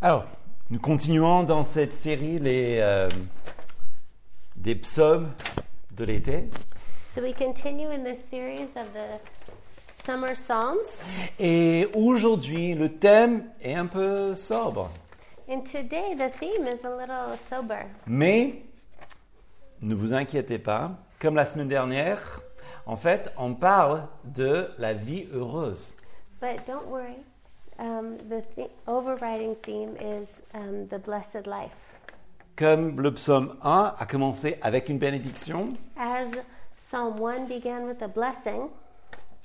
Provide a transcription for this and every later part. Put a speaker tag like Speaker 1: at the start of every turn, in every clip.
Speaker 1: Alors,
Speaker 2: Nous continuons dans cette série les, euh, des psaumes de l'été.
Speaker 3: So we continue in this series of the summer psalms,
Speaker 2: Et aujourd'hui, le thème est un peu sobre.
Speaker 3: and today the theme is a little sober.
Speaker 2: Mais ne vous inquiétez pas, comme la semaine dernière, en fait, on parle de la vie heureuse.
Speaker 3: But don't worry, um, the th- overriding theme is um, the blessed life.
Speaker 2: Comme le psaume 1 a commencé avec une bénédiction,
Speaker 3: As Psalm 1 began with a blessing,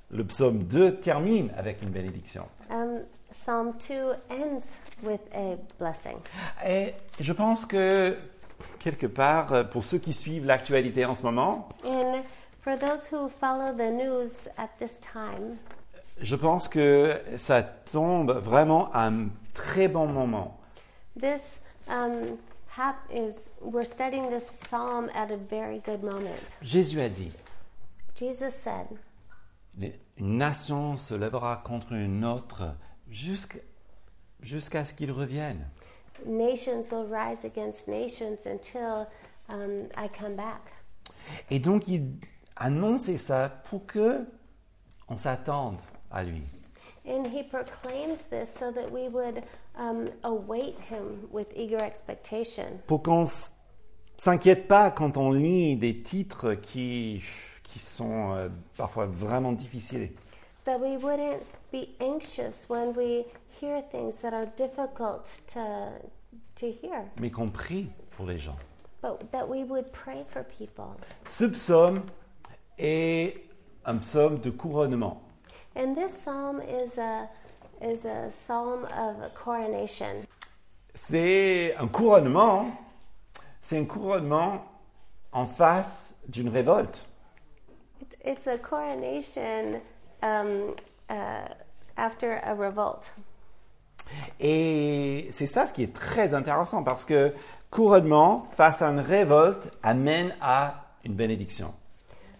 Speaker 2: le psaume 2 termine avec une bénédiction.
Speaker 3: um, Psalm 2 ends with a blessing.
Speaker 2: Et je pense que, quelque part, euh, pour ceux qui suivent l'actualité en ce moment,
Speaker 3: And for those who follow the news at this time,
Speaker 2: je pense que ça tombe vraiment à un très bon moment.
Speaker 3: this um, hap- is we're studying this psalm at a very good moment.
Speaker 2: Jésus a dit,
Speaker 3: Jesus said,
Speaker 2: Les- une nation se lèvera contre une autre jusqu'- jusqu'à ce qu'ils reviennent.
Speaker 3: Nations will rise against nations until um, I come back.
Speaker 2: Et donc il annonçait ça pour que on s'attende à lui.
Speaker 3: And he proclaims this so that we would um, await him with eager expectation,
Speaker 2: Pour qu'on s- s'inquiète pas quand on lit des titres qui, qui sont euh, parfois vraiment difficiles.
Speaker 3: that we wouldn't be anxious when we hear things that are difficult to, to hear,
Speaker 2: mais qu'on prie pour les gens.
Speaker 3: but that we would pray for people.
Speaker 2: Ce psaume est un psaume de couronnement.
Speaker 3: And this psalm is a, is a psalm of a coronation.
Speaker 2: C'est un couronnement, c'est un couronnement en face d'une révolte.
Speaker 3: It's, it's a coronation um, uh, after a revolt.
Speaker 2: Et c'est ça ce qui est très intéressant parce que couronnement face à une révolte amène à une bénédiction.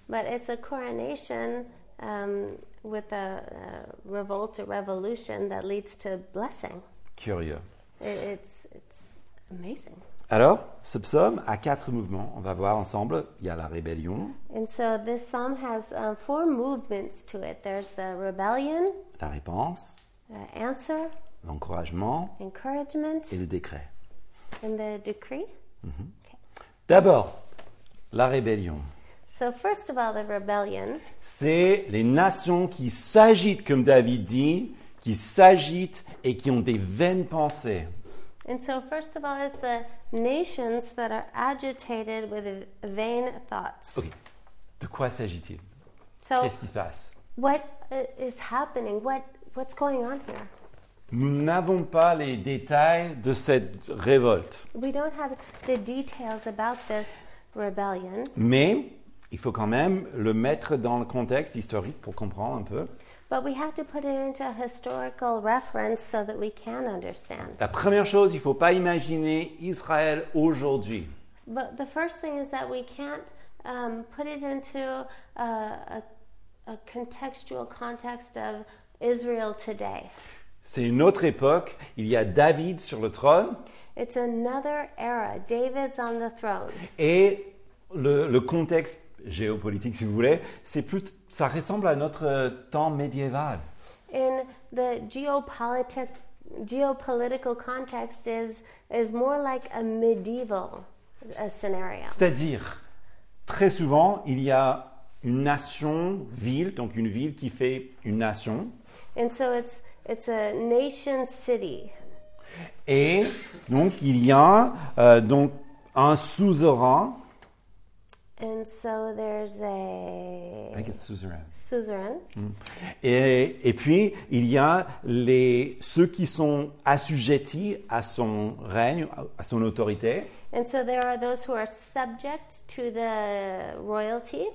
Speaker 3: But it's a coronation um, with a, a revolt or revolution that leads to blessing.
Speaker 2: Curieux.
Speaker 3: It, it's, it's amazing.
Speaker 2: Alors, ce psaume a quatre mouvements. On va voir ensemble. Il y a la rébellion,
Speaker 3: And so this psalm has uh, four movements to it there's the rebellion,
Speaker 2: la réponse,
Speaker 3: uh, answer,
Speaker 2: l'encouragement
Speaker 3: encouragement,
Speaker 2: et le décret.
Speaker 3: and the decree.
Speaker 2: D'abord, la rébellion.
Speaker 3: So, first of all, the rebellion.
Speaker 2: c'est les nations qui s'agitent, comme David dit, qui s'agitent et qui ont des vaines pensées.
Speaker 3: And so, first of all, is the nations that are agitated with vain thoughts.
Speaker 2: Ok, de quoi s'agit-il
Speaker 3: So,
Speaker 2: Qu'est-ce qui se passe
Speaker 3: what uh, is happening? What what's going on here?
Speaker 2: Nous n'avons pas les détails de cette révolte,
Speaker 3: We don't have the details about this rebellion,
Speaker 2: mais il faut quand même le mettre dans le contexte historique pour comprendre un peu.
Speaker 3: but we have to put it into a historical reference so that we can understand.
Speaker 2: La première chose, il ne faut pas imaginer Israël aujourd'hui.
Speaker 3: But the first thing is that we can't um, put it into a, a, a contextual context of Israel today.
Speaker 2: C'est une autre époque, il y a David sur le trône
Speaker 3: It's another era. David's on the throne.
Speaker 2: Et le, le contexte géopolitique, si vous voulez, c'est plus, ça ressemble à notre euh, temps médiéval.
Speaker 3: in the geopolitic, geopolitical context is is more like a medieval uh scenario.
Speaker 2: C'est-à-dire, très souvent, il y a une nation, ville, donc une ville qui fait une nation,
Speaker 3: And so it's it's a nation city.
Speaker 2: et donc il y a euh, donc un suzerain,
Speaker 3: And so there's
Speaker 2: I
Speaker 3: a
Speaker 2: think it's suzerain.
Speaker 3: suzerain
Speaker 2: et, et puis il y a les, ceux qui sont assujettis à son règne, à- à son autorité,
Speaker 3: and so there are those who are subject to the royalty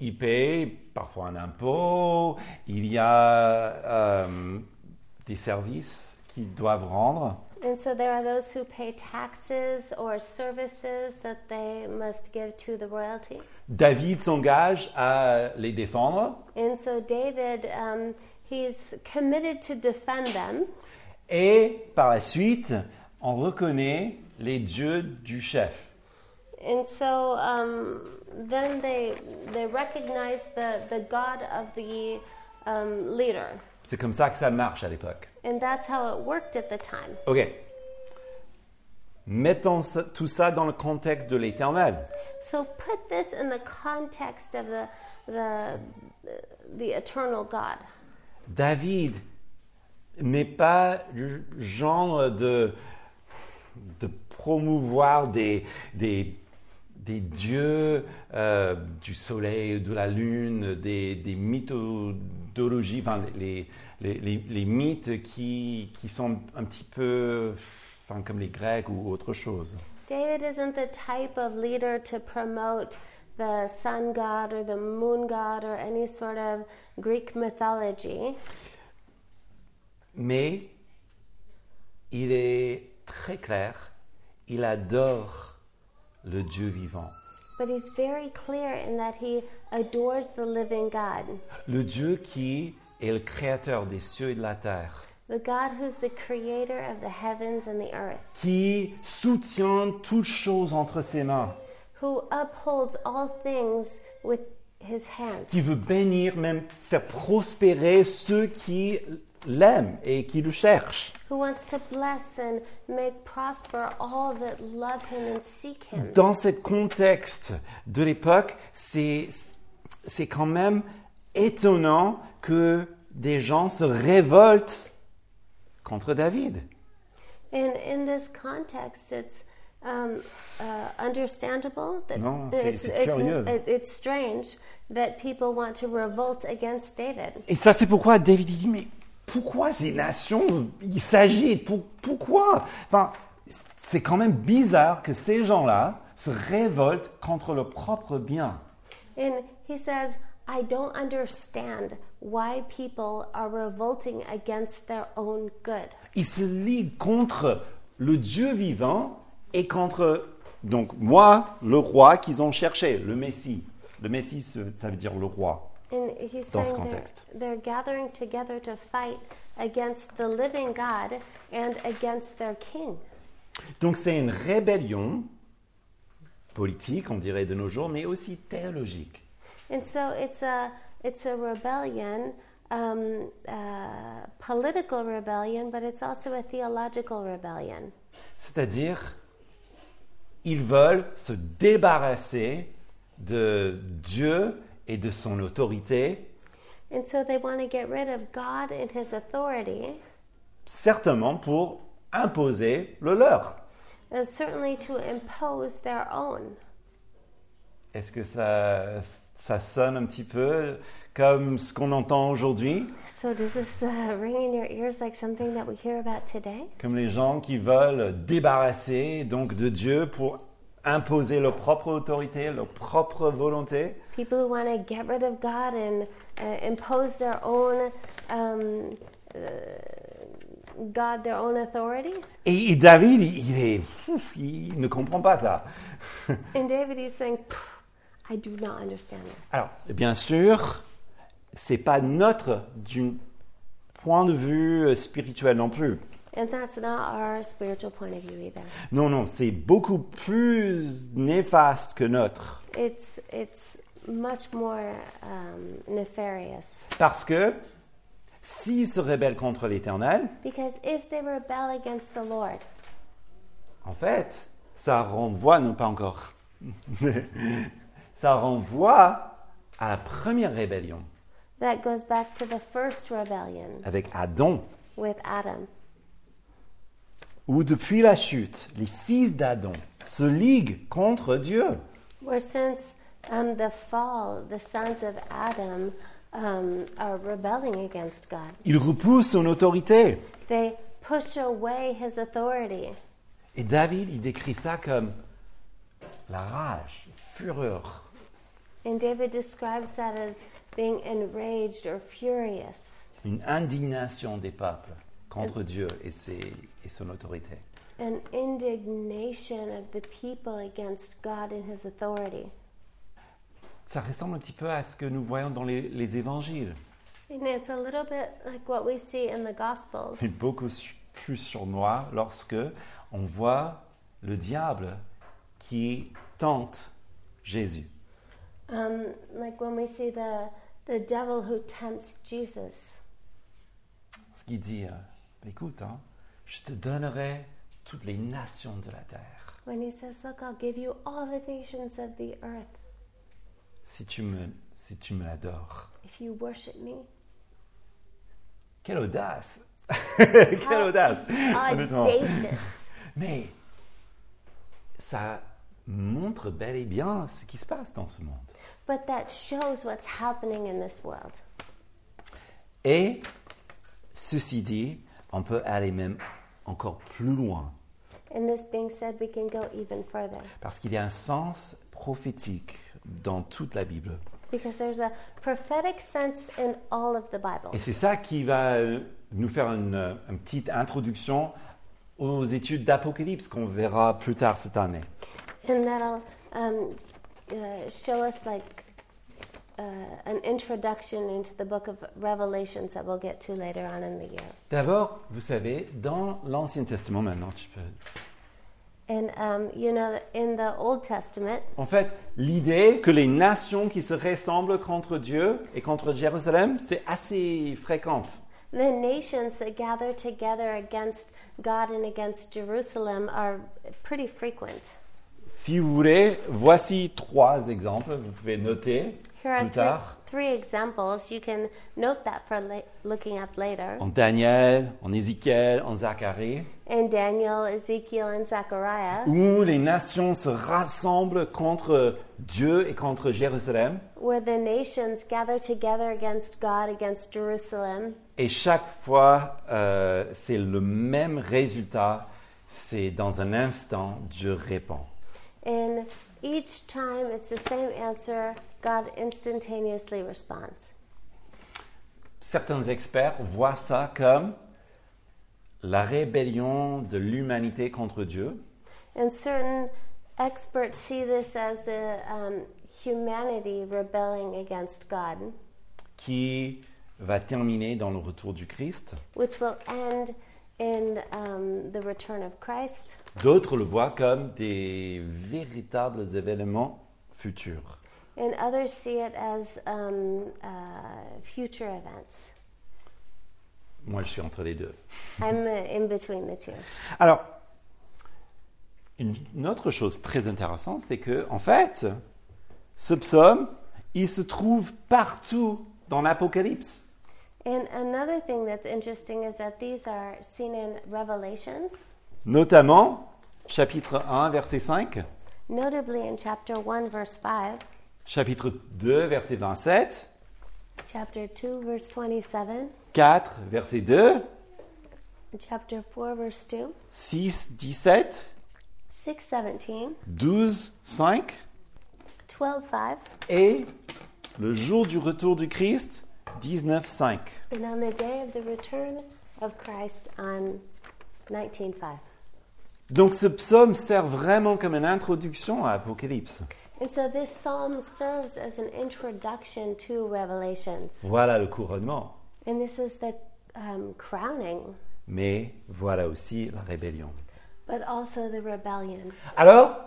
Speaker 2: Ils payent parfois un impôt, il y a euh, des services qu'ils doivent rendre.
Speaker 3: and so there are those who pay taxes or services that they must give to the royalty
Speaker 2: David s'engage à les défendre
Speaker 3: And so David, um, he's committed to defend them,
Speaker 2: Et par la suite, on reconnaît les dieux du chef.
Speaker 3: And so um, then they they recognize the the God of the um, leader,
Speaker 2: C'est comme ça que ça marche à l'époque.
Speaker 3: and that's how it worked at the time.
Speaker 2: Ok. Mettons ça- tout ça dans le contexte de l'éternel.
Speaker 3: So put this in the context of the the the eternal God.
Speaker 2: David n'est pas du genre de, de promouvoir des, des, des dieux euh, du soleil, de la lune, des, des mythodologies, enfin, les, les, les- les mythes qui, qui sont un petit peu enfin, comme les Grecs ou autre chose.
Speaker 3: David isn't the type of leader to promote the sun god or the moon god or any sort of Greek mythology,
Speaker 2: Mais il est très clair, il adore le Dieu vivant.
Speaker 3: but he's very clear in that he adores the living God,
Speaker 2: Le Dieu qui est le créateur des cieux et de la terre,
Speaker 3: the God who's the creator of the heavens and the earth,
Speaker 2: qui soutient toutes choses entre ses mains,
Speaker 3: who upholds all things with his hands,
Speaker 2: qui veut bénir, même faire prospérer ceux qui l'aiment et qui le cherchent.
Speaker 3: who wants to bless and make prosper all that love him and seek him.
Speaker 2: Dans ce contexte de l'époque, c'est c'est quand même étonnant que des gens se révoltent contre David.
Speaker 3: And in this context, it's um, uh, understandable that
Speaker 2: Non, c'est-
Speaker 3: it's,
Speaker 2: c'est
Speaker 3: it's,
Speaker 2: curieux.
Speaker 3: it- it's strange that people want to revolt against David.
Speaker 2: Et ça, c'est pourquoi David il dit, mais pourquoi ces nations, ils s'agitent Pour- Pourquoi Enfin, c'est quand même bizarre que ces gens-là se révoltent contre leur propre bien.
Speaker 3: And he says, I don't understand why people are revolting against their own good.
Speaker 2: Ils se liguent contre le Dieu vivant et contre, donc, moi, le roi qu'ils ont cherché, le Messie. Le Messie, ce- ça veut dire le roi.
Speaker 3: And he's
Speaker 2: Dans ce
Speaker 3: saying they're,
Speaker 2: contexte.
Speaker 3: they're gathering together to fight against the living God and against their king.
Speaker 2: Donc, c'est une rébellion politique, on dirait de nos jours, mais aussi théologique.
Speaker 3: And so it's a it's a rebellion, um, uh, political rebellion, but it's also a theological rebellion.
Speaker 2: C'est-à-dire, ils veulent se débarrasser de Dieu et de son autorité,
Speaker 3: And so they want to get rid of God and His authority,
Speaker 2: certainement pour imposer le leur.
Speaker 3: and uh, certainly to impose their own.
Speaker 2: Est-ce que ça, ça sonne un petit peu comme ce qu'on entend aujourd'hui
Speaker 3: So does this uh, ring in your ears like something that we hear about today?
Speaker 2: Comme les gens qui veulent débarrasser donc de Dieu pour imposer leur propre autorité, leur propre volonté
Speaker 3: People who want to get rid of God and uh, impose their own um, uh, God, their own authority.
Speaker 2: et, et David, il, il est, ouf, il ne comprend pas ça.
Speaker 3: And David is saying, "Pff, I do not understand this.
Speaker 2: Alors, bien sûr, c'est pas notre du point de vue euh, spirituel non plus.
Speaker 3: And that's not our spiritual point of view either.
Speaker 2: Non, non, c'est beaucoup plus néfaste que notre.
Speaker 3: It's it's much more um, nefarious
Speaker 2: Parce que s'ils se rébellent contre l'Éternel,
Speaker 3: because if they rebel against the Lord,
Speaker 2: en fait, ça renvoie, non pas encore, ça renvoie à la première rébellion
Speaker 3: that goes back to the first rebellion
Speaker 2: avec Adam,
Speaker 3: with Adam,
Speaker 2: où depuis la chute, les fils d'Adam se liguent contre Dieu.
Speaker 3: where since um, the fall, the sons of Adam um, are rebelling against God.
Speaker 2: Ils repoussent son autorité.
Speaker 3: They push away His authority.
Speaker 2: Et David, il décrit ça comme la rage, fureur.
Speaker 3: And David describes that as being enraged or furious.
Speaker 2: une indignation des peuples contre Dieu et, ses, et son autorité.
Speaker 3: an indignation of the people against God and his authority.
Speaker 2: Ça ressemble un petit peu à ce que nous voyons dans les, les évangiles.
Speaker 3: And it's a little bit like what we see in the Gospels.
Speaker 2: C'est beaucoup su- plus sur noir lorsque on voit le diable qui tente Jésus.
Speaker 3: Um, like when we see the, the devil who tempts Jesus,
Speaker 2: Ce qui dit, euh, écoute, hein, je te donnerai toutes les nations de la terre
Speaker 3: when he says, Look, I'll give you all the nations of the earth
Speaker 2: si tu me, si tu me adores.
Speaker 3: if you worship me.
Speaker 2: Quelle audace Quelle
Speaker 3: How
Speaker 2: audace honnêtement.
Speaker 3: Audacious.
Speaker 2: Mais ça montre bel et bien ce qui se passe dans ce monde.
Speaker 3: but that shows what's happening in this world.
Speaker 2: Et ceci dit, on peut aller même encore plus loin
Speaker 3: And this being said, we can go even further
Speaker 2: parce qu'il y a un sens prophétique dans toute la Bible.
Speaker 3: because there's a prophetic sense in all of the Bible.
Speaker 2: Et c'est ça qui va euh, nous faire une, euh, une petite introduction aux études d'Apocalypse qu'on verra plus tard cette année.
Speaker 3: And that'll um, uh, show us like uh, an introduction into the book of Revelations that we'll get to later on in the year.
Speaker 2: D'abord, vous savez, dans l'Ancien Testament maintenant, tu peux...
Speaker 3: And um, you know, in the Old Testament,
Speaker 2: En fait, l'idée que les nations qui se ressemblent contre Dieu et contre Jérusalem, c'est assez fréquente.
Speaker 3: the nations that gather together against God and against Jerusalem are pretty frequent.
Speaker 2: Si vous voulez, voici trois exemples, vous pouvez noter
Speaker 3: Here are
Speaker 2: plus tard.
Speaker 3: three, three examples. You can note that for la- looking up later.
Speaker 2: En Daniel, en Ézéchiel, en Zacharie,
Speaker 3: In Daniel, Ezekiel, and Zechariah,
Speaker 2: où les nations se rassemblent contre Dieu et contre Jérusalem.
Speaker 3: where the nations gather together against God, against Jerusalem,
Speaker 2: Et chaque fois, euh, c'est le même résultat. C'est dans un instant, Dieu répond.
Speaker 3: and each time it's the same answer. God instantaneously responds.
Speaker 2: certains experts voient ça comme la rébellion de l'humanité contre Dieu
Speaker 3: And certain experts see this as the um, humanity rebelling against God,
Speaker 2: qui va terminer dans le retour du Christ.
Speaker 3: which will end in um, the return of Christ.
Speaker 2: D'autres le voient comme des véritables événements futurs.
Speaker 3: And others see it as um, uh, future events.
Speaker 2: Moi, je suis entre les deux.
Speaker 3: I'm uh, in between the two.
Speaker 2: Alors, une une autre chose très intéressante, c'est que, en fait, ce psaume, il se trouve partout dans l'Apocalypse.
Speaker 3: And another thing that's interesting is that these are seen in Revelations,
Speaker 2: Notamment, chapitre 1, verset 5,
Speaker 3: notably in chapter 1, verse 5,
Speaker 2: chapitre 2, verset 27,
Speaker 3: chapter 2, verse 27,
Speaker 2: 4, verset 2,
Speaker 3: and chapter 4, verse 2,
Speaker 2: 6, 17,
Speaker 3: 6, 17,
Speaker 2: 12, 5,
Speaker 3: 12, 5,
Speaker 2: et le jour du retour du Christ, 19, 5.
Speaker 3: and on the day of the return of Christ on 19, 5.
Speaker 2: Donc ce psaume sert vraiment comme une introduction à Apocalypse.
Speaker 3: And so this psalm serves as an introduction to Revelations.
Speaker 2: Voilà le couronnement,
Speaker 3: And this is the um, crowning,
Speaker 2: mais voilà aussi la rébellion.
Speaker 3: but also the rebellion.
Speaker 2: Alors,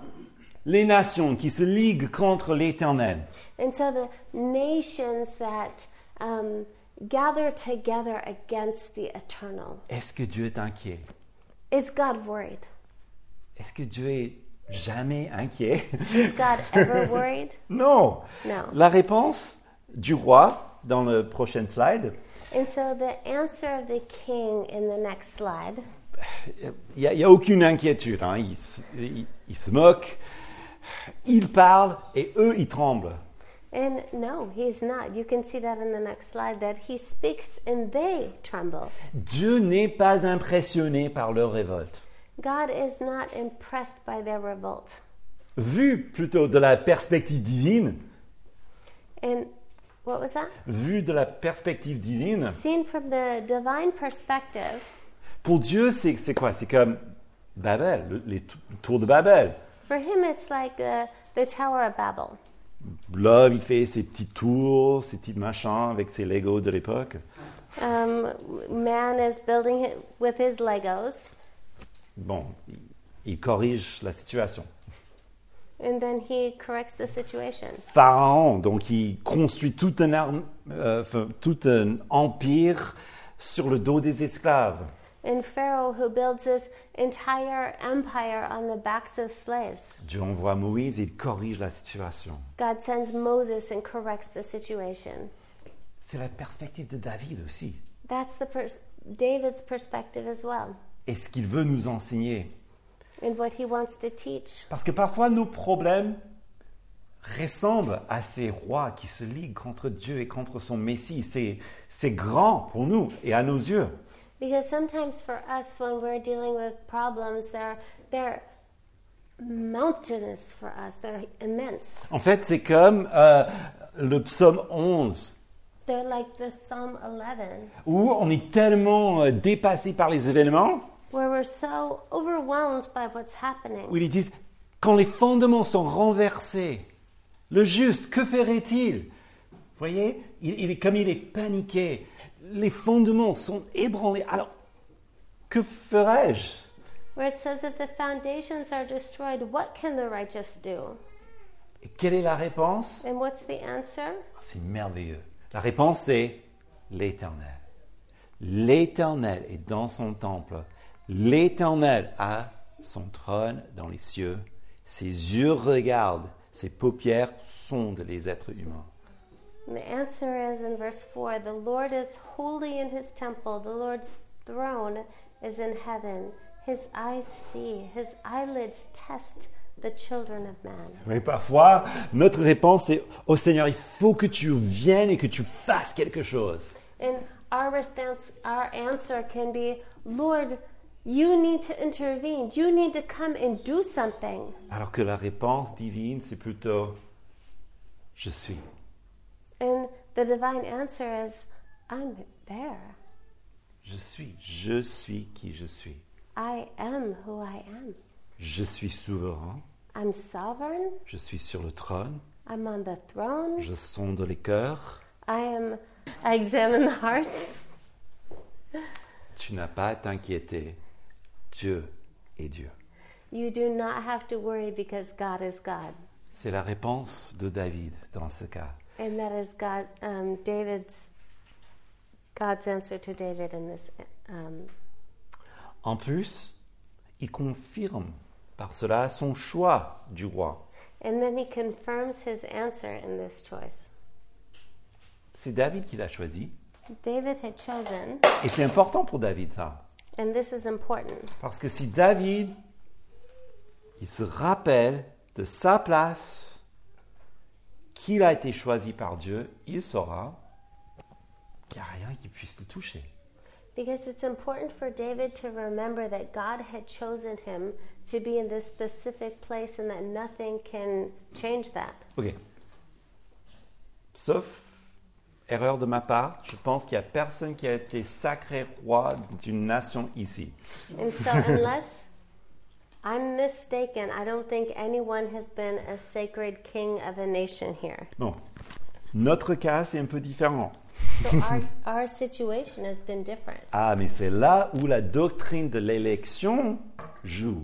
Speaker 2: les nations qui se liguent contre l'Éternel,
Speaker 3: And so the nations that um, gather together against the eternal.
Speaker 2: est-ce que Dieu est inquiet
Speaker 3: Is God worried?
Speaker 2: Est-ce que Dieu est jamais inquiet
Speaker 3: Is God ever worried?
Speaker 2: Non.
Speaker 3: Non.
Speaker 2: La réponse du roi dans le prochain slide,
Speaker 3: And so the answer of the king in the next slide.
Speaker 2: il n'y a, il y a aucune inquiétude. hein. Il, se, il- il se moque, il parle et eux, ils tremblent.
Speaker 3: And no, he's not. You can see that in the next slide that he speaks and they tremble.
Speaker 2: Dieu n'est pas impressionné par leur révolte.
Speaker 3: God is not impressed by their revolt.
Speaker 2: Vu plutôt de la perspective divine,
Speaker 3: And what was that?
Speaker 2: vu de la perspective divine,
Speaker 3: Seen from the divine perspective,
Speaker 2: pour Dieu, c'est c'est quoi C'est comme Babel, le, les tou- le tour de Babel.
Speaker 3: for him it's like the, the Tower of Babel.
Speaker 2: L'homme, il fait ses petits tours, ses petits machins avec ses Legos de l'époque.
Speaker 3: Um, man is building it with his Legos,
Speaker 2: Bon, il- il corrige la situation.
Speaker 3: and then he corrects the situation.
Speaker 2: Pharaon, donc il construit tout un, arme- euh, enfin, tout un empire sur le dos des esclaves.
Speaker 3: And Pharaoh, who builds his entire empire on the backs of slaves,
Speaker 2: Dieu envoie Moïse, il corrige la situation.
Speaker 3: God sends Moses and corrects the situation.
Speaker 2: C'est la perspective de David aussi.
Speaker 3: That's the pers- David's perspective as well,
Speaker 2: Et ce qu'il veut nous enseigner.
Speaker 3: and what he wants to teach.
Speaker 2: Parce que parfois nos problèmes ressemblent à ces rois qui se liguent contre Dieu et contre son Messie. C'est- C'est grand pour nous et à nos yeux.
Speaker 3: Because sometimes for us, when we're dealing with problems, they're they're mountainous for us. They're immense.
Speaker 2: En fait, c'est comme euh, le psaume 11.
Speaker 3: They're like the Psalm 11,
Speaker 2: où on est tellement euh, dépassé par les événements,
Speaker 3: where we're so overwhelmed by what's
Speaker 2: où
Speaker 3: happening.
Speaker 2: ils disent, quand les fondements sont renversés, le juste, que ferait-il Vous voyez, il, il est comme il est paniqué, les fondements sont ébranlés. Alors, que ferais-je
Speaker 3: Where it says, if the foundations are destroyed, what can the righteous do?
Speaker 2: Et quelle est la réponse Ah,
Speaker 3: And what's the answer?
Speaker 2: C'est merveilleux. La réponse c'est l'Éternel. L'Éternel est dans son temple. L'Éternel a son trône dans les cieux. Ses yeux regardent, ses paupières sondent les êtres humains.
Speaker 3: And the answer is in verse 4 The Lord is holy in his temple, the Lord's throne is in heaven. His eyes see, his eyelids test the children of man.
Speaker 2: Mais parfois, notre réponse est Oh Seigneur, il faut que tu viennes et que tu fasses quelque chose.
Speaker 3: And our response, our answer can be, Lord, you need to intervene. You need to come and do something.
Speaker 2: Alors que la réponse divine, c'est plutôt Je suis.
Speaker 3: And the divine answer is, I'm there.
Speaker 2: Je suis. Je suis qui je suis.
Speaker 3: I am who I am.
Speaker 2: Je suis souverain.
Speaker 3: I'm sovereign.
Speaker 2: Je suis sur le trône,
Speaker 3: I'm on the throne.
Speaker 2: je sonde les cœurs.
Speaker 3: I am. I examine the hearts.
Speaker 2: Tu n'as pas à t'inquiéter. Dieu est Dieu.
Speaker 3: You do not have to worry because God is God,
Speaker 2: C'est la réponse de David dans ce cas.
Speaker 3: and that is God. Um, David's God's answer to David in this. Um,
Speaker 2: En plus, il confirme par cela son choix du roi.
Speaker 3: and then he confirms his answer in this choice.
Speaker 2: C'est David qui l'a choisi.
Speaker 3: David had chosen,
Speaker 2: Et c'est important pour David ça.
Speaker 3: and this is important
Speaker 2: Parce que si David, il se rappelle de sa place, qu'il a été choisi par Dieu, il saura qu'il n'y a rien qui puisse le toucher.
Speaker 3: because it's important for David to remember that God had chosen him to be in this specific place, and that nothing can change that.
Speaker 2: Ok. Sauf erreur de ma part, je pense qu'il n'y a personne qui a été sacré roi d'une nation ici.
Speaker 3: And so, unless I'm mistaken, I don't think anyone has been a sacred king of a nation here.
Speaker 2: Bon, notre cas, c'est un peu différent.
Speaker 3: So, our, our situation has been different.
Speaker 2: Ah, mais c'est là où la doctrine de l'élection joue.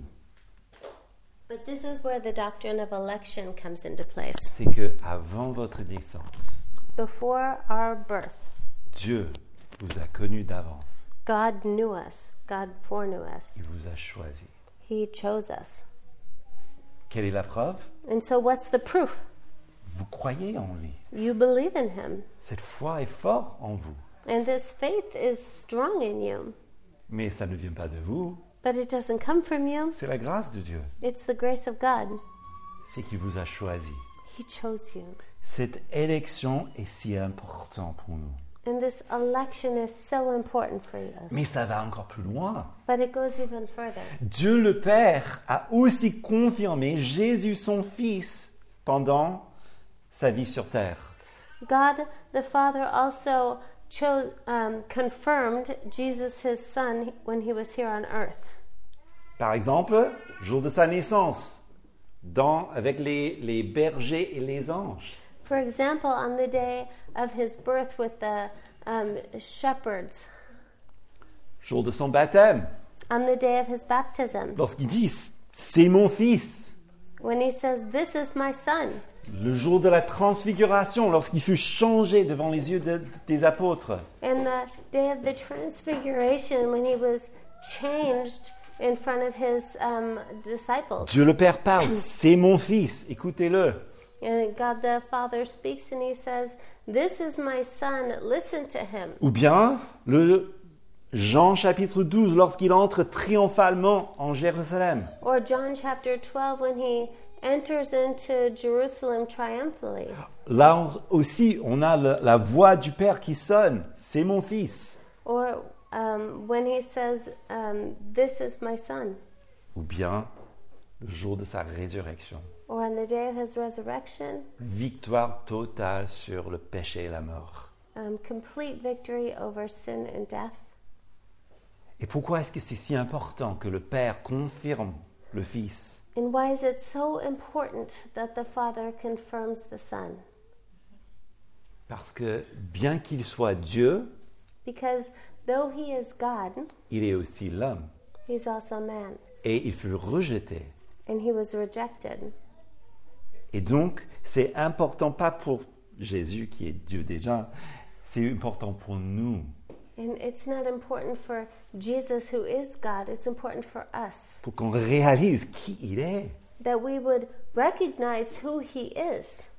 Speaker 3: But this is where the doctrine of election comes into place.
Speaker 2: C'est que avant votre naissance,
Speaker 3: Before our birth,
Speaker 2: Dieu vous a connu d'avance.
Speaker 3: God knew us, God foreknew us,
Speaker 2: Il vous a choisi.
Speaker 3: He chose us.
Speaker 2: Quelle est la preuve
Speaker 3: And so, what's the proof?
Speaker 2: Vous croyez en lui.
Speaker 3: You believe in Him,
Speaker 2: Cette foi est forte en vous.
Speaker 3: and this faith is strong in you.
Speaker 2: Mais ça ne vient pas de vous,
Speaker 3: But it doesn't come from you,
Speaker 2: c'est la grâce de Dieu.
Speaker 3: it's the grace of God.
Speaker 2: C'est qu'il vous a choisi.
Speaker 3: He chose you.
Speaker 2: Cette élection est si importante pour nous.
Speaker 3: And this election is so important for
Speaker 2: Mais
Speaker 3: us.
Speaker 2: ça va encore plus loin.
Speaker 3: But it goes even further.
Speaker 2: Dieu le Père a aussi confirmé Jésus son Fils pendant sa vie sur terre.
Speaker 3: God the Father also chose, um, confirmed Jesus, his son, when he was here on earth.
Speaker 2: Par exemple, jour de sa naissance, dans, avec les, les bergers et les anges.
Speaker 3: For example, on the day of his birth with the um, shepherds
Speaker 2: jour de son baptême,
Speaker 3: on the day of his baptism.
Speaker 2: lorsqu'il dit c'est mon fils,
Speaker 3: When he says, This is my son.
Speaker 2: le jour de la transfiguration, lorsqu'il fut changé devant les yeux de- des apôtres,
Speaker 3: And the day of the transfiguration, when he was changed in front of his um, disciples.
Speaker 2: Dieu le Père parle, c'est mon fils, écoutez-le.
Speaker 3: And God the Father speaks and he says, This is my son, listen to him.
Speaker 2: Ou bien le Jean chapitre 12, lorsqu'il entre triomphalement en Jérusalem.
Speaker 3: Or John chapter 12, when he enters into Jerusalem triumphantly.
Speaker 2: Là on- aussi, on a le- la voix du Père qui sonne, c'est mon fils.
Speaker 3: Or um, when he says, um, This is my son.
Speaker 2: Ou bien le jour de sa résurrection.
Speaker 3: Or on the day of his resurrection,
Speaker 2: Victoire totale sur le péché et la mort.
Speaker 3: um, complete victory over sin and death.
Speaker 2: Et pourquoi est-ce que c'est si important que le Père confirme le Fils
Speaker 3: And why is it so important that the Father confirms the Son?
Speaker 2: Parce que bien qu'il soit Dieu,
Speaker 3: Because though he is God,
Speaker 2: il est aussi l'homme.
Speaker 3: he's also man,
Speaker 2: Et il fut rejeté.
Speaker 3: and he was rejected.
Speaker 2: Et donc, c'est important pas pour Jésus qui est Dieu déjà, c'est important pour nous,
Speaker 3: And it's not important for Jesus, who is God, it's important for us
Speaker 2: pour qu'on réalise qui il est
Speaker 3: that we would recognize who he is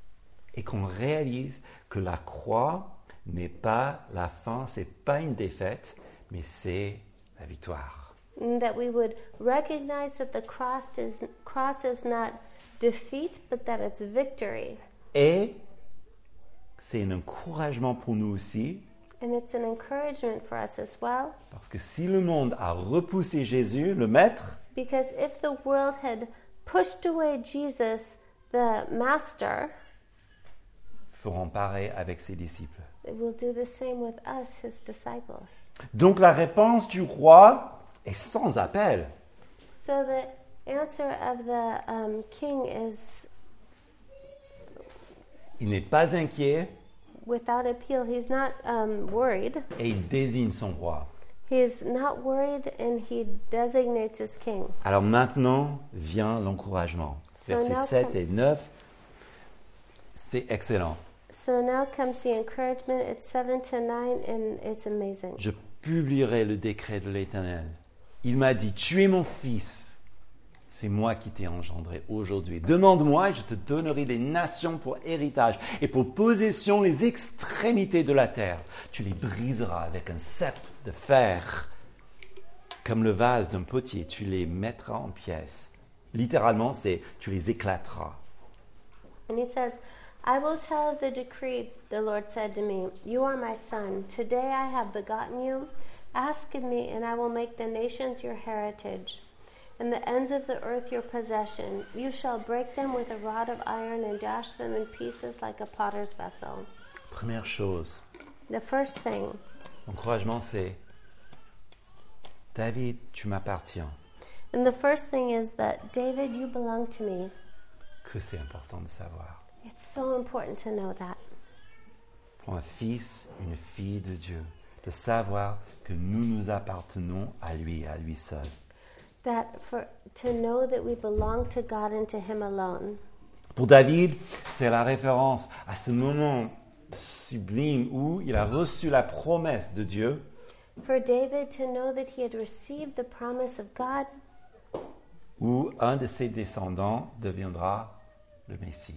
Speaker 2: et qu'on réalise que la croix n'est pas la fin, c'est pas une défaite, mais c'est la victoire.
Speaker 3: and that we would recognize that the cross is, cross is not defeat, but that it's victory.
Speaker 2: Et c'est un encouragement pour nous aussi
Speaker 3: And it's an encouragement for us as well,
Speaker 2: Parce que si le monde a repoussé Jésus, le Maître,
Speaker 3: because if the world had pushed away Jesus, the Master,
Speaker 2: ils feront pareil avec ses disciples.
Speaker 3: it will do the same with us, his disciples.
Speaker 2: Donc la réponse du roi est sans appel.
Speaker 3: So the answer of the um, king is
Speaker 2: Il n'est pas inquiet
Speaker 3: without appeal. He's not um, worried.
Speaker 2: et il désigne son roi.
Speaker 3: He's not worried, and he designates his king.
Speaker 2: Alors maintenant vient l'encouragement.
Speaker 3: So
Speaker 2: Versets
Speaker 3: now
Speaker 2: 7
Speaker 3: come-
Speaker 2: et 9, c'est excellent.
Speaker 3: So now comes the encouragement. It's seven to nine, and it's amazing.
Speaker 2: Je publierai le décret de l'Éternel. Il m'a dit, tu es mon fils. C'est moi qui t'ai engendré aujourd'hui. Demande-moi et je te donnerai des nations pour héritage et pour possession les extrémités de la terre. Tu les briseras avec un sceptre de fer. Comme le vase d'un potier, tu les mettras en pièces. Littéralement, c'est tu les éclateras.
Speaker 3: And he says, I will tell of the decree, the Lord said to me, You are my son. Today I have begotten you. Ask of me, and I will make the nations your heritage, and the ends of the earth your possession. You shall break them with a rod of iron and dash them in pieces like a potter's vessel.
Speaker 2: Première chose,
Speaker 3: The first thing,
Speaker 2: l'encouragement, c'est David, tu m'appartiens.
Speaker 3: and the first thing is that, David, you belong to me.
Speaker 2: Que c'est important de savoir.
Speaker 3: It's so important to know that.
Speaker 2: pour un fils, une fille de Dieu, de savoir que nous nous appartenons à lui, à lui seul.
Speaker 3: That for to know that we belong to God and to Him alone.
Speaker 2: Pour David, c'est la référence à ce moment sublime où il a reçu la promesse de Dieu
Speaker 3: For David to know that he had received the promise of God,
Speaker 2: où un de ses descendants deviendra le Messie.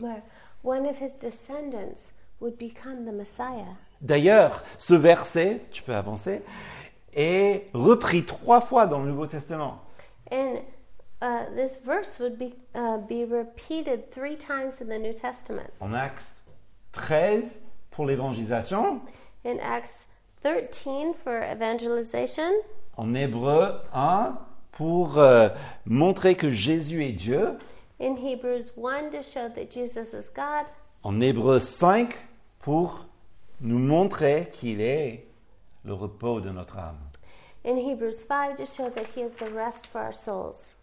Speaker 3: where one of his descendants would become the Messiah.
Speaker 2: D'ailleurs, ce verset, tu peux avancer, est repris trois fois dans le Nouveau Testament.
Speaker 3: And uh, this verse would be, uh, be repeated three times in the New Testament.
Speaker 2: En Acte 13 pour l'évangélisation,
Speaker 3: In Acts 13 for evangelization,
Speaker 2: en Hébreu 1 pour euh, montrer que Jésus est Dieu,
Speaker 3: in Hebrews 1 to show that Jesus is God,
Speaker 2: en Hébreu 5 pour nous montrer qu'il est le repos de notre âme.
Speaker 3: in Hebrews 5 to show that he is the rest for our souls.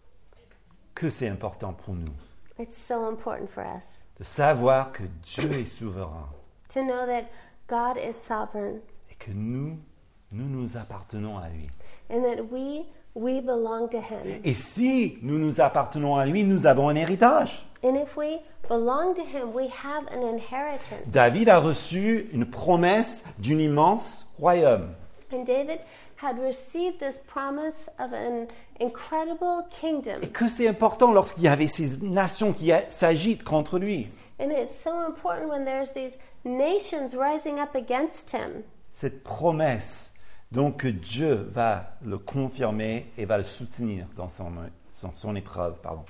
Speaker 2: Que c'est important pour nous
Speaker 3: It's so important for us
Speaker 2: de savoir que Dieu est souverain,
Speaker 3: to know that God is sovereign
Speaker 2: et que nous, nous nous appartenons à lui.
Speaker 3: and that we we belong to him.
Speaker 2: Et si nous nous appartenons à lui, nous avons un héritage.
Speaker 3: And if we belong to him, we have an inheritance.
Speaker 2: David a reçu une promesse d'un immense royaume.
Speaker 3: And David had received this promise of an incredible
Speaker 2: Et
Speaker 3: kingdom.
Speaker 2: que c'est important lorsqu'il y avait ces nations qui a- s'agitent contre lui.
Speaker 3: And it's so important when there's these nations rising up against him.
Speaker 2: Cette promesse, donc que Dieu va le confirmer et va le soutenir dans son, son- son épreuve. Pardon.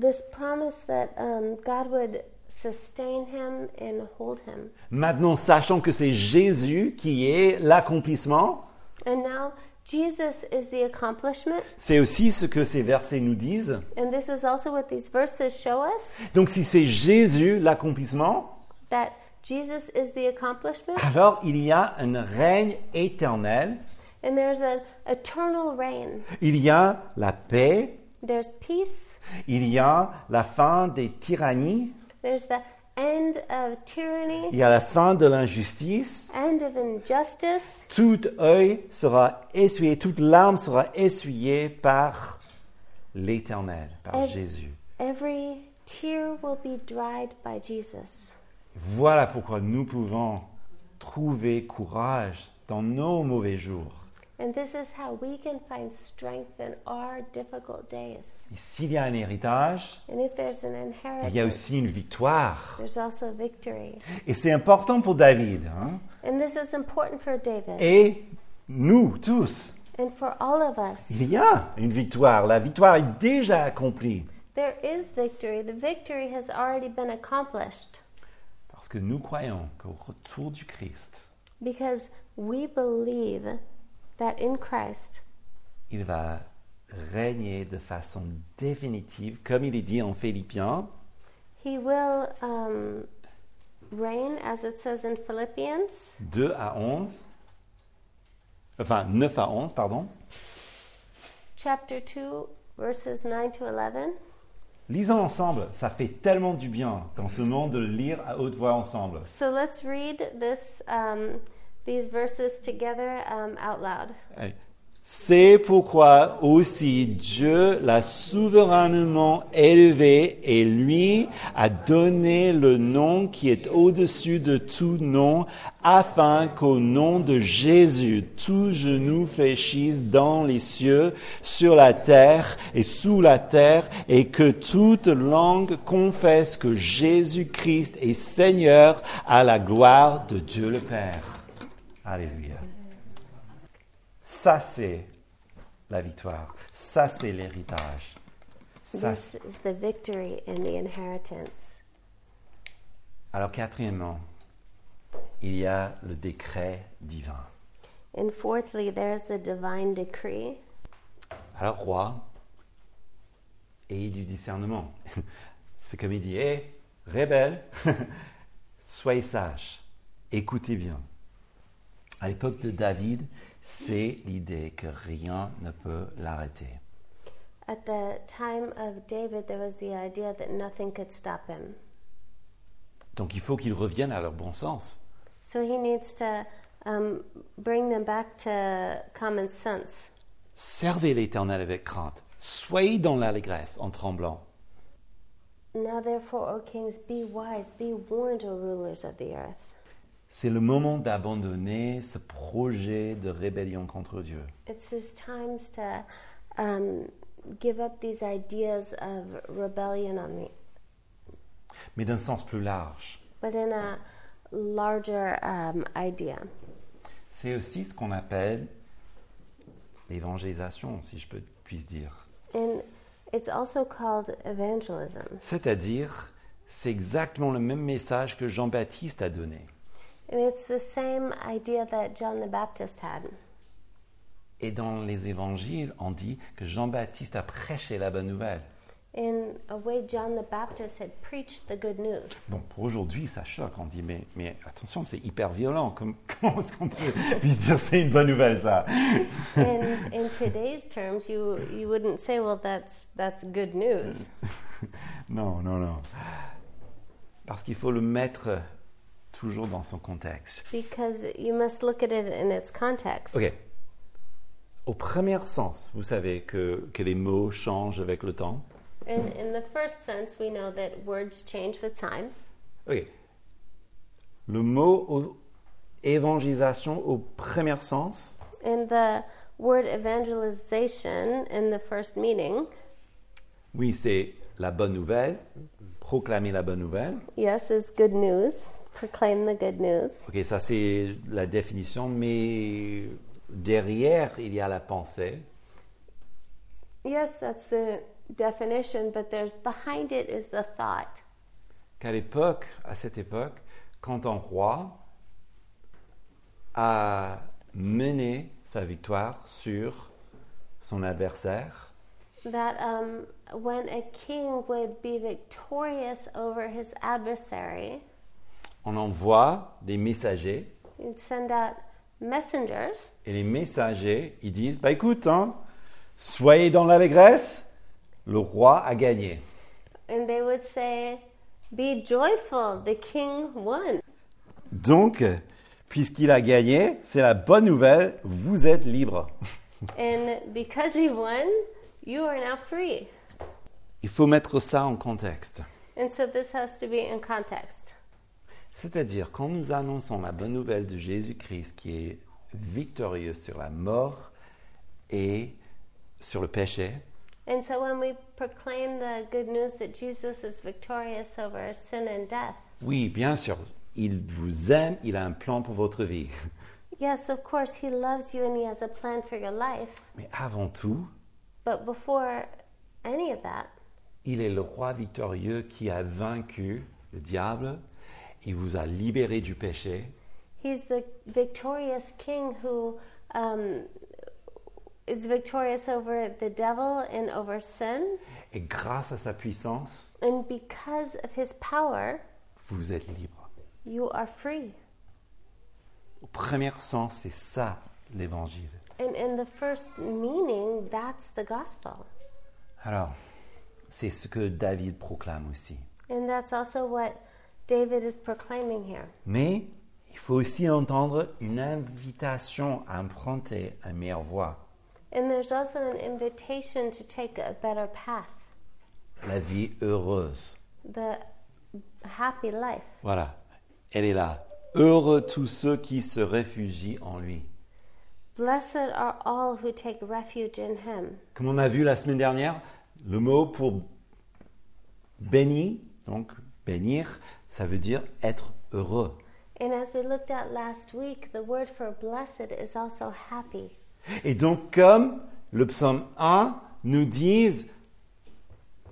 Speaker 3: This promise that um, God would sustain him and hold him.
Speaker 2: Maintenant, sachant que c'est Jésus qui est l'accomplissement,
Speaker 3: And now Jesus is the accomplishment.
Speaker 2: c'est aussi ce que ces versets nous disent.
Speaker 3: And this is also what these verses show us
Speaker 2: Donc si c'est Jésus l'accomplissement,
Speaker 3: that Jesus is the accomplishment.
Speaker 2: alors il y a un règne éternel,
Speaker 3: And there's an eternal reign.
Speaker 2: il y a la paix,
Speaker 3: There's peace.
Speaker 2: il y a la fin des tyrannies,
Speaker 3: There's the end of
Speaker 2: il
Speaker 3: tyranny,
Speaker 2: y a la fin de l'injustice.
Speaker 3: end of injustice.
Speaker 2: Tout œil sera essuyé, toute larme sera essuyée par l'Éternel, par
Speaker 3: Et-
Speaker 2: Jésus.
Speaker 3: Every tear will be dried by Jesus.
Speaker 2: Voilà pourquoi nous pouvons trouver courage dans nos mauvais jours.
Speaker 3: And this is how we can find strength in our difficult days.
Speaker 2: Et s'il y a un héritage,
Speaker 3: And if there's an
Speaker 2: il y a
Speaker 3: inheritance,
Speaker 2: aussi une victoire.
Speaker 3: there's also victory.
Speaker 2: Et c'est important pour David. hein.
Speaker 3: And this is important for David
Speaker 2: Et nous tous,
Speaker 3: and for all of us.
Speaker 2: il y a une victoire. La victoire est déjà accomplie.
Speaker 3: There is victory. The victory has already been accomplished
Speaker 2: Parce que nous croyons qu'au retour du Christ,
Speaker 3: because we believe that in Christ
Speaker 2: il va régner de façon définitive, comme il est dit en Philippiens.
Speaker 3: He will um, reign, as it says in Philippians.
Speaker 2: 2 à 11, enfin 9 à 11, pardon.
Speaker 3: chapter 2, verses 9 to 11.
Speaker 2: Lisons ensemble, ça fait tellement du bien dans ce monde de le lire à haute voix ensemble.
Speaker 3: So let's read this, um, these verses together um, out loud.
Speaker 2: Allez. C'est pourquoi aussi Dieu l'a souverainement élevé et lui a donné le nom qui est au-dessus de tout nom, afin qu'au nom de Jésus, tout genou fléchisse dans les cieux, sur la terre et sous la terre, et que toute langue confesse que Jésus-Christ est Seigneur à la gloire de Dieu le Père. Alléluia. Ça, c'est la victoire. Ça, c'est l'héritage. Ça,
Speaker 3: This
Speaker 2: c'est-
Speaker 3: is the victory and the inheritance.
Speaker 2: Alors, quatrièmement, il y a le décret divin.
Speaker 3: And fourthly, there is the divine decree.
Speaker 2: Alors, roi, ayez du discernement. C'est comme il dit, hé, rebelle, soyez sages, écoutez bien. À l'époque de David, c'est l'idée que rien ne peut l'arrêter.
Speaker 3: At the time of David, there was the idea that nothing could stop him.
Speaker 2: Donc, il faut qu'ils reviennent à leur bon sens.
Speaker 3: So he needs to um, bring them back to common sense.
Speaker 2: Servez l'Éternel avec crainte. Soyez dans l'allégresse en tremblant.
Speaker 3: Now, therefore, O kings, be wise, be warned, O rulers of the earth.
Speaker 2: C'est le moment d'abandonner ce projet de rébellion contre Dieu.
Speaker 3: It's these times to um, give up these ideas of rebellion on me,
Speaker 2: Mais d'un sens plus large,
Speaker 3: but in a larger um, idea.
Speaker 2: c'est aussi ce qu'on appelle l'évangélisation, si je peux, puisse dire.
Speaker 3: And it's also called evangelism.
Speaker 2: C'est-à-dire, c'est exactement le même message que Jean-Baptiste a donné.
Speaker 3: And it's the same idea that John the Baptist had.
Speaker 2: Et dans les évangiles, on dit que Jean-Baptiste a prêché la bonne nouvelle.
Speaker 3: In a way, John the Baptist had preached the good news.
Speaker 2: Bon, pour aujourd'hui, ça choque. On dit, mais, mais attention, c'est hyper violent. Comme- comment est-ce qu'on peut puisse dire c'est une bonne nouvelle, ça
Speaker 3: in, in today's terms, you, you wouldn't say, well, that's, that's good news.
Speaker 2: Non, non, non. Parce qu'il faut le mettre toujours dans son contexte.
Speaker 3: because you must look at it in its context.
Speaker 2: Ok. Au premier sens, vous savez que, que les mots changent avec le temps.
Speaker 3: In, in the first sense, we know that words change with time.
Speaker 2: Ok. Le mot au- évangélisation au premier sens,
Speaker 3: In the word evangelization, in the first meaning,
Speaker 2: oui, c'est la bonne nouvelle, proclamer la bonne nouvelle.
Speaker 3: yes, is good news. Proclaim the good news.
Speaker 2: Ok, ça c'est la définition, mais derrière, il y a la pensée.
Speaker 3: Yes, that's the definition, but there's behind it is the thought.
Speaker 2: qu'à l'époque, à cette époque, quand un roi a mené sa victoire sur son adversaire,
Speaker 3: That um, when a king would be victorious over his adversary,
Speaker 2: on envoie des messagers
Speaker 3: he'd send out messengers,
Speaker 2: et les messagers, ils disent, bah écoute, hein, soyez dans l'allégresse, le roi a gagné.
Speaker 3: and they would say, Be joyful, the king won.
Speaker 2: Donc, puisqu'il a gagné, c'est la bonne nouvelle, vous êtes libre.
Speaker 3: And because he won, you are now free.
Speaker 2: Il faut mettre ça en contexte.
Speaker 3: And so this has to be in context.
Speaker 2: C'est-à-dire, quand nous annonçons la bonne nouvelle de Jésus-Christ qui est victorieux sur la mort et sur le péché,
Speaker 3: And so when we proclaim the good news that Jesus is victorious over sin and death,
Speaker 2: oui, bien sûr, il vous aime, il a un plan pour votre vie.
Speaker 3: yes, of course, he loves you and he has a plan for your life.
Speaker 2: Mais avant tout,
Speaker 3: But before any of that,
Speaker 2: il est le roi victorieux qui a vaincu le diable, il vous a libéré du péché,
Speaker 3: he's the victorious king who um, is victorious over the devil and over sin.
Speaker 2: et grâce à sa puissance,
Speaker 3: And because of his power,
Speaker 2: vous êtes libre.
Speaker 3: you are free.
Speaker 2: Au premier sens, c'est ça l'évangile.
Speaker 3: And in the first meaning, that's the gospel.
Speaker 2: Alors, c'est ce que David proclame aussi.
Speaker 3: And that's also what David is proclaiming here.
Speaker 2: Mais il faut aussi entendre une invitation à emprunter un meilleure voie,
Speaker 3: And there's also an invitation to take a better path,
Speaker 2: la vie heureuse.
Speaker 3: the happy life.
Speaker 2: Voilà, elle est là. Heureux tous ceux qui se réfugient en lui.
Speaker 3: Blessed are all who take refuge in him.
Speaker 2: Comme on a vu la semaine dernière, le mot pour béni, donc bénir, ça veut dire être heureux.
Speaker 3: And as we looked at last week, the word for blessed is also happy.
Speaker 2: Et donc, comme le psaume 1 nous dit,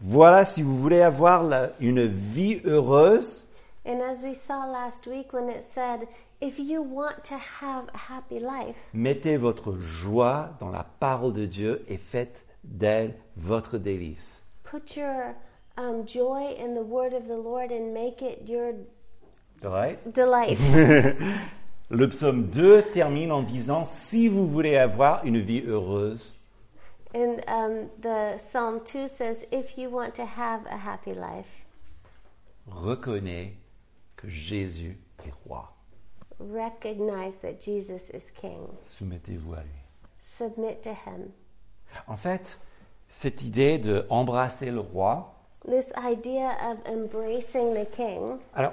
Speaker 2: voilà, si vous voulez avoir la- une vie heureuse,
Speaker 3: And as we saw last week when it said, if you want to have a happy life,
Speaker 2: Mettez votre joie dans la parole de Dieu et faites d'elle votre délice.
Speaker 3: put your um, joy in the word of the Lord and make it your delight.
Speaker 2: Le psaume 2 termine en disant Si vous voulez avoir une vie heureuse,
Speaker 3: and um, the Psalm 2 says, if you want to have a happy life,
Speaker 2: reconnais que Jésus est roi.
Speaker 3: recognize that Jesus is king,
Speaker 2: Soumettez-vous à lui.
Speaker 3: submit to him.
Speaker 2: En fait, cette idée de embrasser le roi,
Speaker 3: This idea of embracing the king
Speaker 2: alors,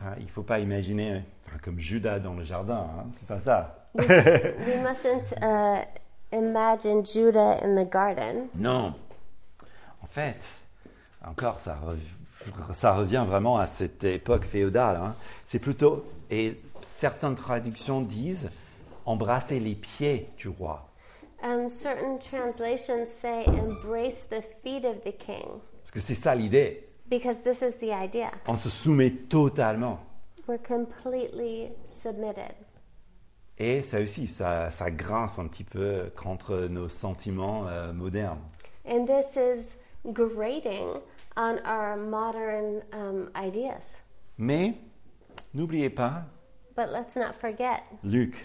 Speaker 2: hein, il ne faut pas imaginer hein, enfin, comme Judas dans le jardin, hein, c'est pas ça.
Speaker 3: We mustn't uh, imagine Judah in the garden.
Speaker 2: Non. En fait, encore, ça, rev- ça revient vraiment à cette époque féodale. hein. C'est plutôt, et certaines traductions disent, embrasser les pieds du roi.
Speaker 3: Um, certain translations say embrace the feet of the king
Speaker 2: Parce que c'est ça l'idée.
Speaker 3: because this is the idea.
Speaker 2: On se soumet totalement.
Speaker 3: We're completely submitted.
Speaker 2: Et ça aussi, ça, ça grince un petit peu contre nos sentiments euh, modernes.
Speaker 3: And this is grating on our modern um, ideas.
Speaker 2: Mais n'oubliez pas
Speaker 3: But let's not forget
Speaker 2: Luc,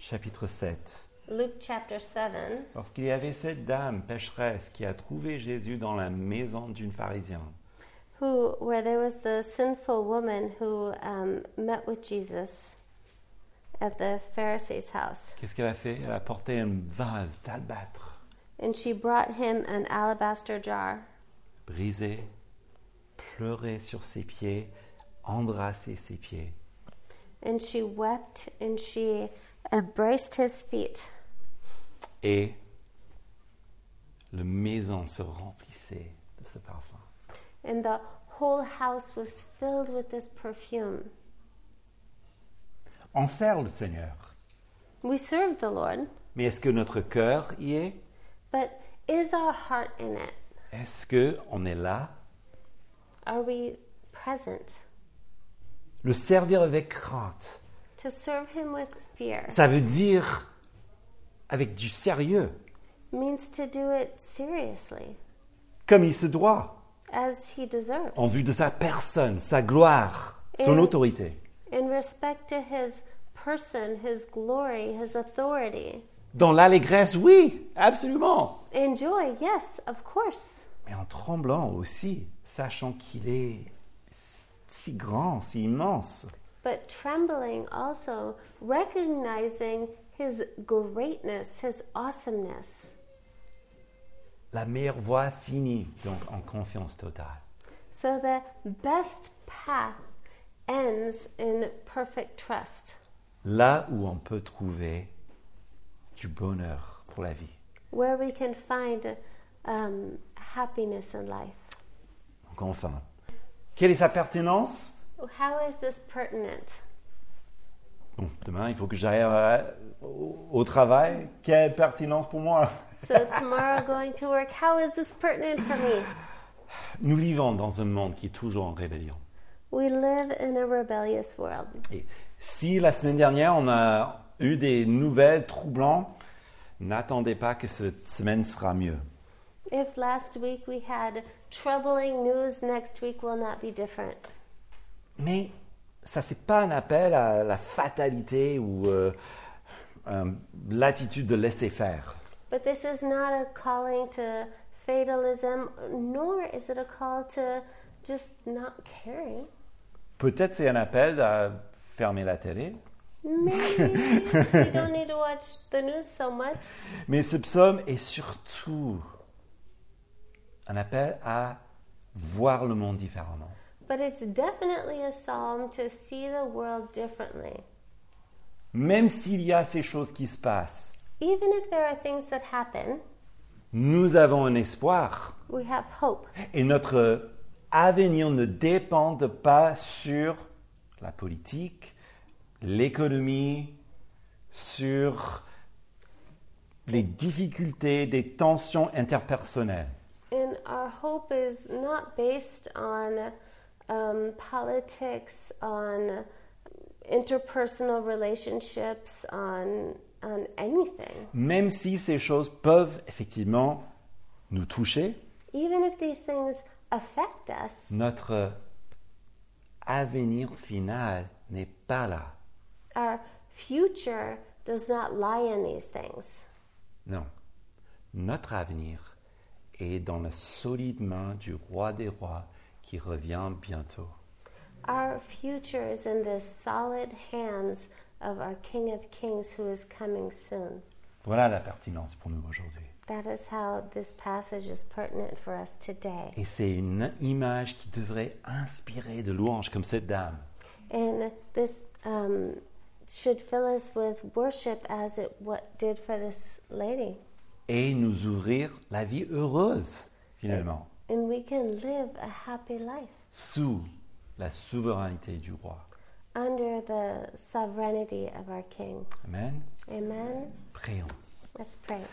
Speaker 2: chapitre 7.
Speaker 3: Luke chapter 7.
Speaker 2: Lorsqu'il y avait cette dame pécheresse qui a trouvé Jésus dans la maison d'une pharisienne,
Speaker 3: who, where there was the sinful woman who um, met with Jesus at the Pharisee's house,
Speaker 2: Qu'est-ce qu'elle a fait Elle a porté un vase d'albâtre
Speaker 3: and she brought him an alabaster jar.
Speaker 2: brisé, pleuré sur ses pieds, embrassé ses pieds.
Speaker 3: And she wept and she embraced his feet.
Speaker 2: Et le maison se remplissait de ce parfum.
Speaker 3: And the whole house was filled with this perfume.
Speaker 2: On sert le Seigneur,
Speaker 3: We serve the Lord,
Speaker 2: mais est-ce que notre cœur y est
Speaker 3: but is our heart in it?
Speaker 2: Est-ce que on est là
Speaker 3: Are we present?
Speaker 2: Le servir avec crainte,
Speaker 3: To serve him with fear
Speaker 2: ça veut dire avec du sérieux,
Speaker 3: means to do it seriously,
Speaker 2: comme il se doit,
Speaker 3: as he deserves,
Speaker 2: en vue de sa personne, sa gloire, son
Speaker 3: Et-
Speaker 2: autorité.
Speaker 3: in respect to his person, his glory, his authority.
Speaker 2: Dans l'allégresse, oui, absolument.
Speaker 3: In joy, yes, of course,
Speaker 2: mais en tremblant aussi, sachant qu'il est si- si grand, si immense.
Speaker 3: but trembling also, recognizing his greatness, his awesomeness.
Speaker 2: La meilleure voie finit donc en confiance totale.
Speaker 3: So the best path ends in perfect trust,
Speaker 2: Là où on peut trouver du bonheur pour la vie.
Speaker 3: where we can find um, happiness in life.
Speaker 2: Donc enfin, quelle est sa pertinence
Speaker 3: How is this pertinent?
Speaker 2: Bon, demain, il faut que j'aille euh, au au travail. Quelle pertinence pour moi
Speaker 3: So tomorrow going to work, how is this pertinent for me?
Speaker 2: Nous vivons dans un monde qui est toujours en rébellion.
Speaker 3: We live in a rebellious world.
Speaker 2: Et si la semaine dernière, on a eu des nouvelles troublantes, n'attendez pas que cette semaine sera mieux.
Speaker 3: If last week we had troubling news, next week will not be different.
Speaker 2: Mais ça, c'est pas un appel à la fatalité ou euh, euh, l'attitude de laisser faire.
Speaker 3: But this is not a calling to fatalism, nor is it a call to just not caring.
Speaker 2: Peut-être c'est un appel à fermer la télé.
Speaker 3: Maybe we don't need to watch the news so much.
Speaker 2: Mais ce psaume est surtout un appel à voir le monde différemment.
Speaker 3: But it's definitely a psalm to see the world differently.
Speaker 2: Même s'il y a ces choses qui se passent,
Speaker 3: Even if there are things that happen,
Speaker 2: nous avons un espoir.
Speaker 3: we have hope.
Speaker 2: Et notre avenir ne dépend pas sur la politique, l'économie, sur les difficultés, des tensions interpersonnelles.
Speaker 3: And our hope is not based on um, politics, on interpersonal relationships, on, on anything.
Speaker 2: Même si ces choses peuvent effectivement nous toucher,
Speaker 3: Even if these things affect us,
Speaker 2: notre avenir final n'est pas là.
Speaker 3: our future does not lie in these things.
Speaker 2: Non. Notre avenir est dans la solide main du roi des rois qui revient bientôt.
Speaker 3: Our future is in the solid hands of our King of Kings who is coming soon.
Speaker 2: Voilà la pertinence pour nous aujourd'hui.
Speaker 3: That is how this passage is pertinent for us today.
Speaker 2: Et c'est une image qui devrait inspirer de louanges comme cette dame.
Speaker 3: And this um, should fill us with worship as it what did for this lady.
Speaker 2: Et nous ouvrir la vie heureuse, finalement,
Speaker 3: And we can live a happy life
Speaker 2: sous la souveraineté du roi.
Speaker 3: under the sovereignty of our King.
Speaker 2: Amen.
Speaker 3: Amen.
Speaker 2: Prions.
Speaker 3: Let's pray.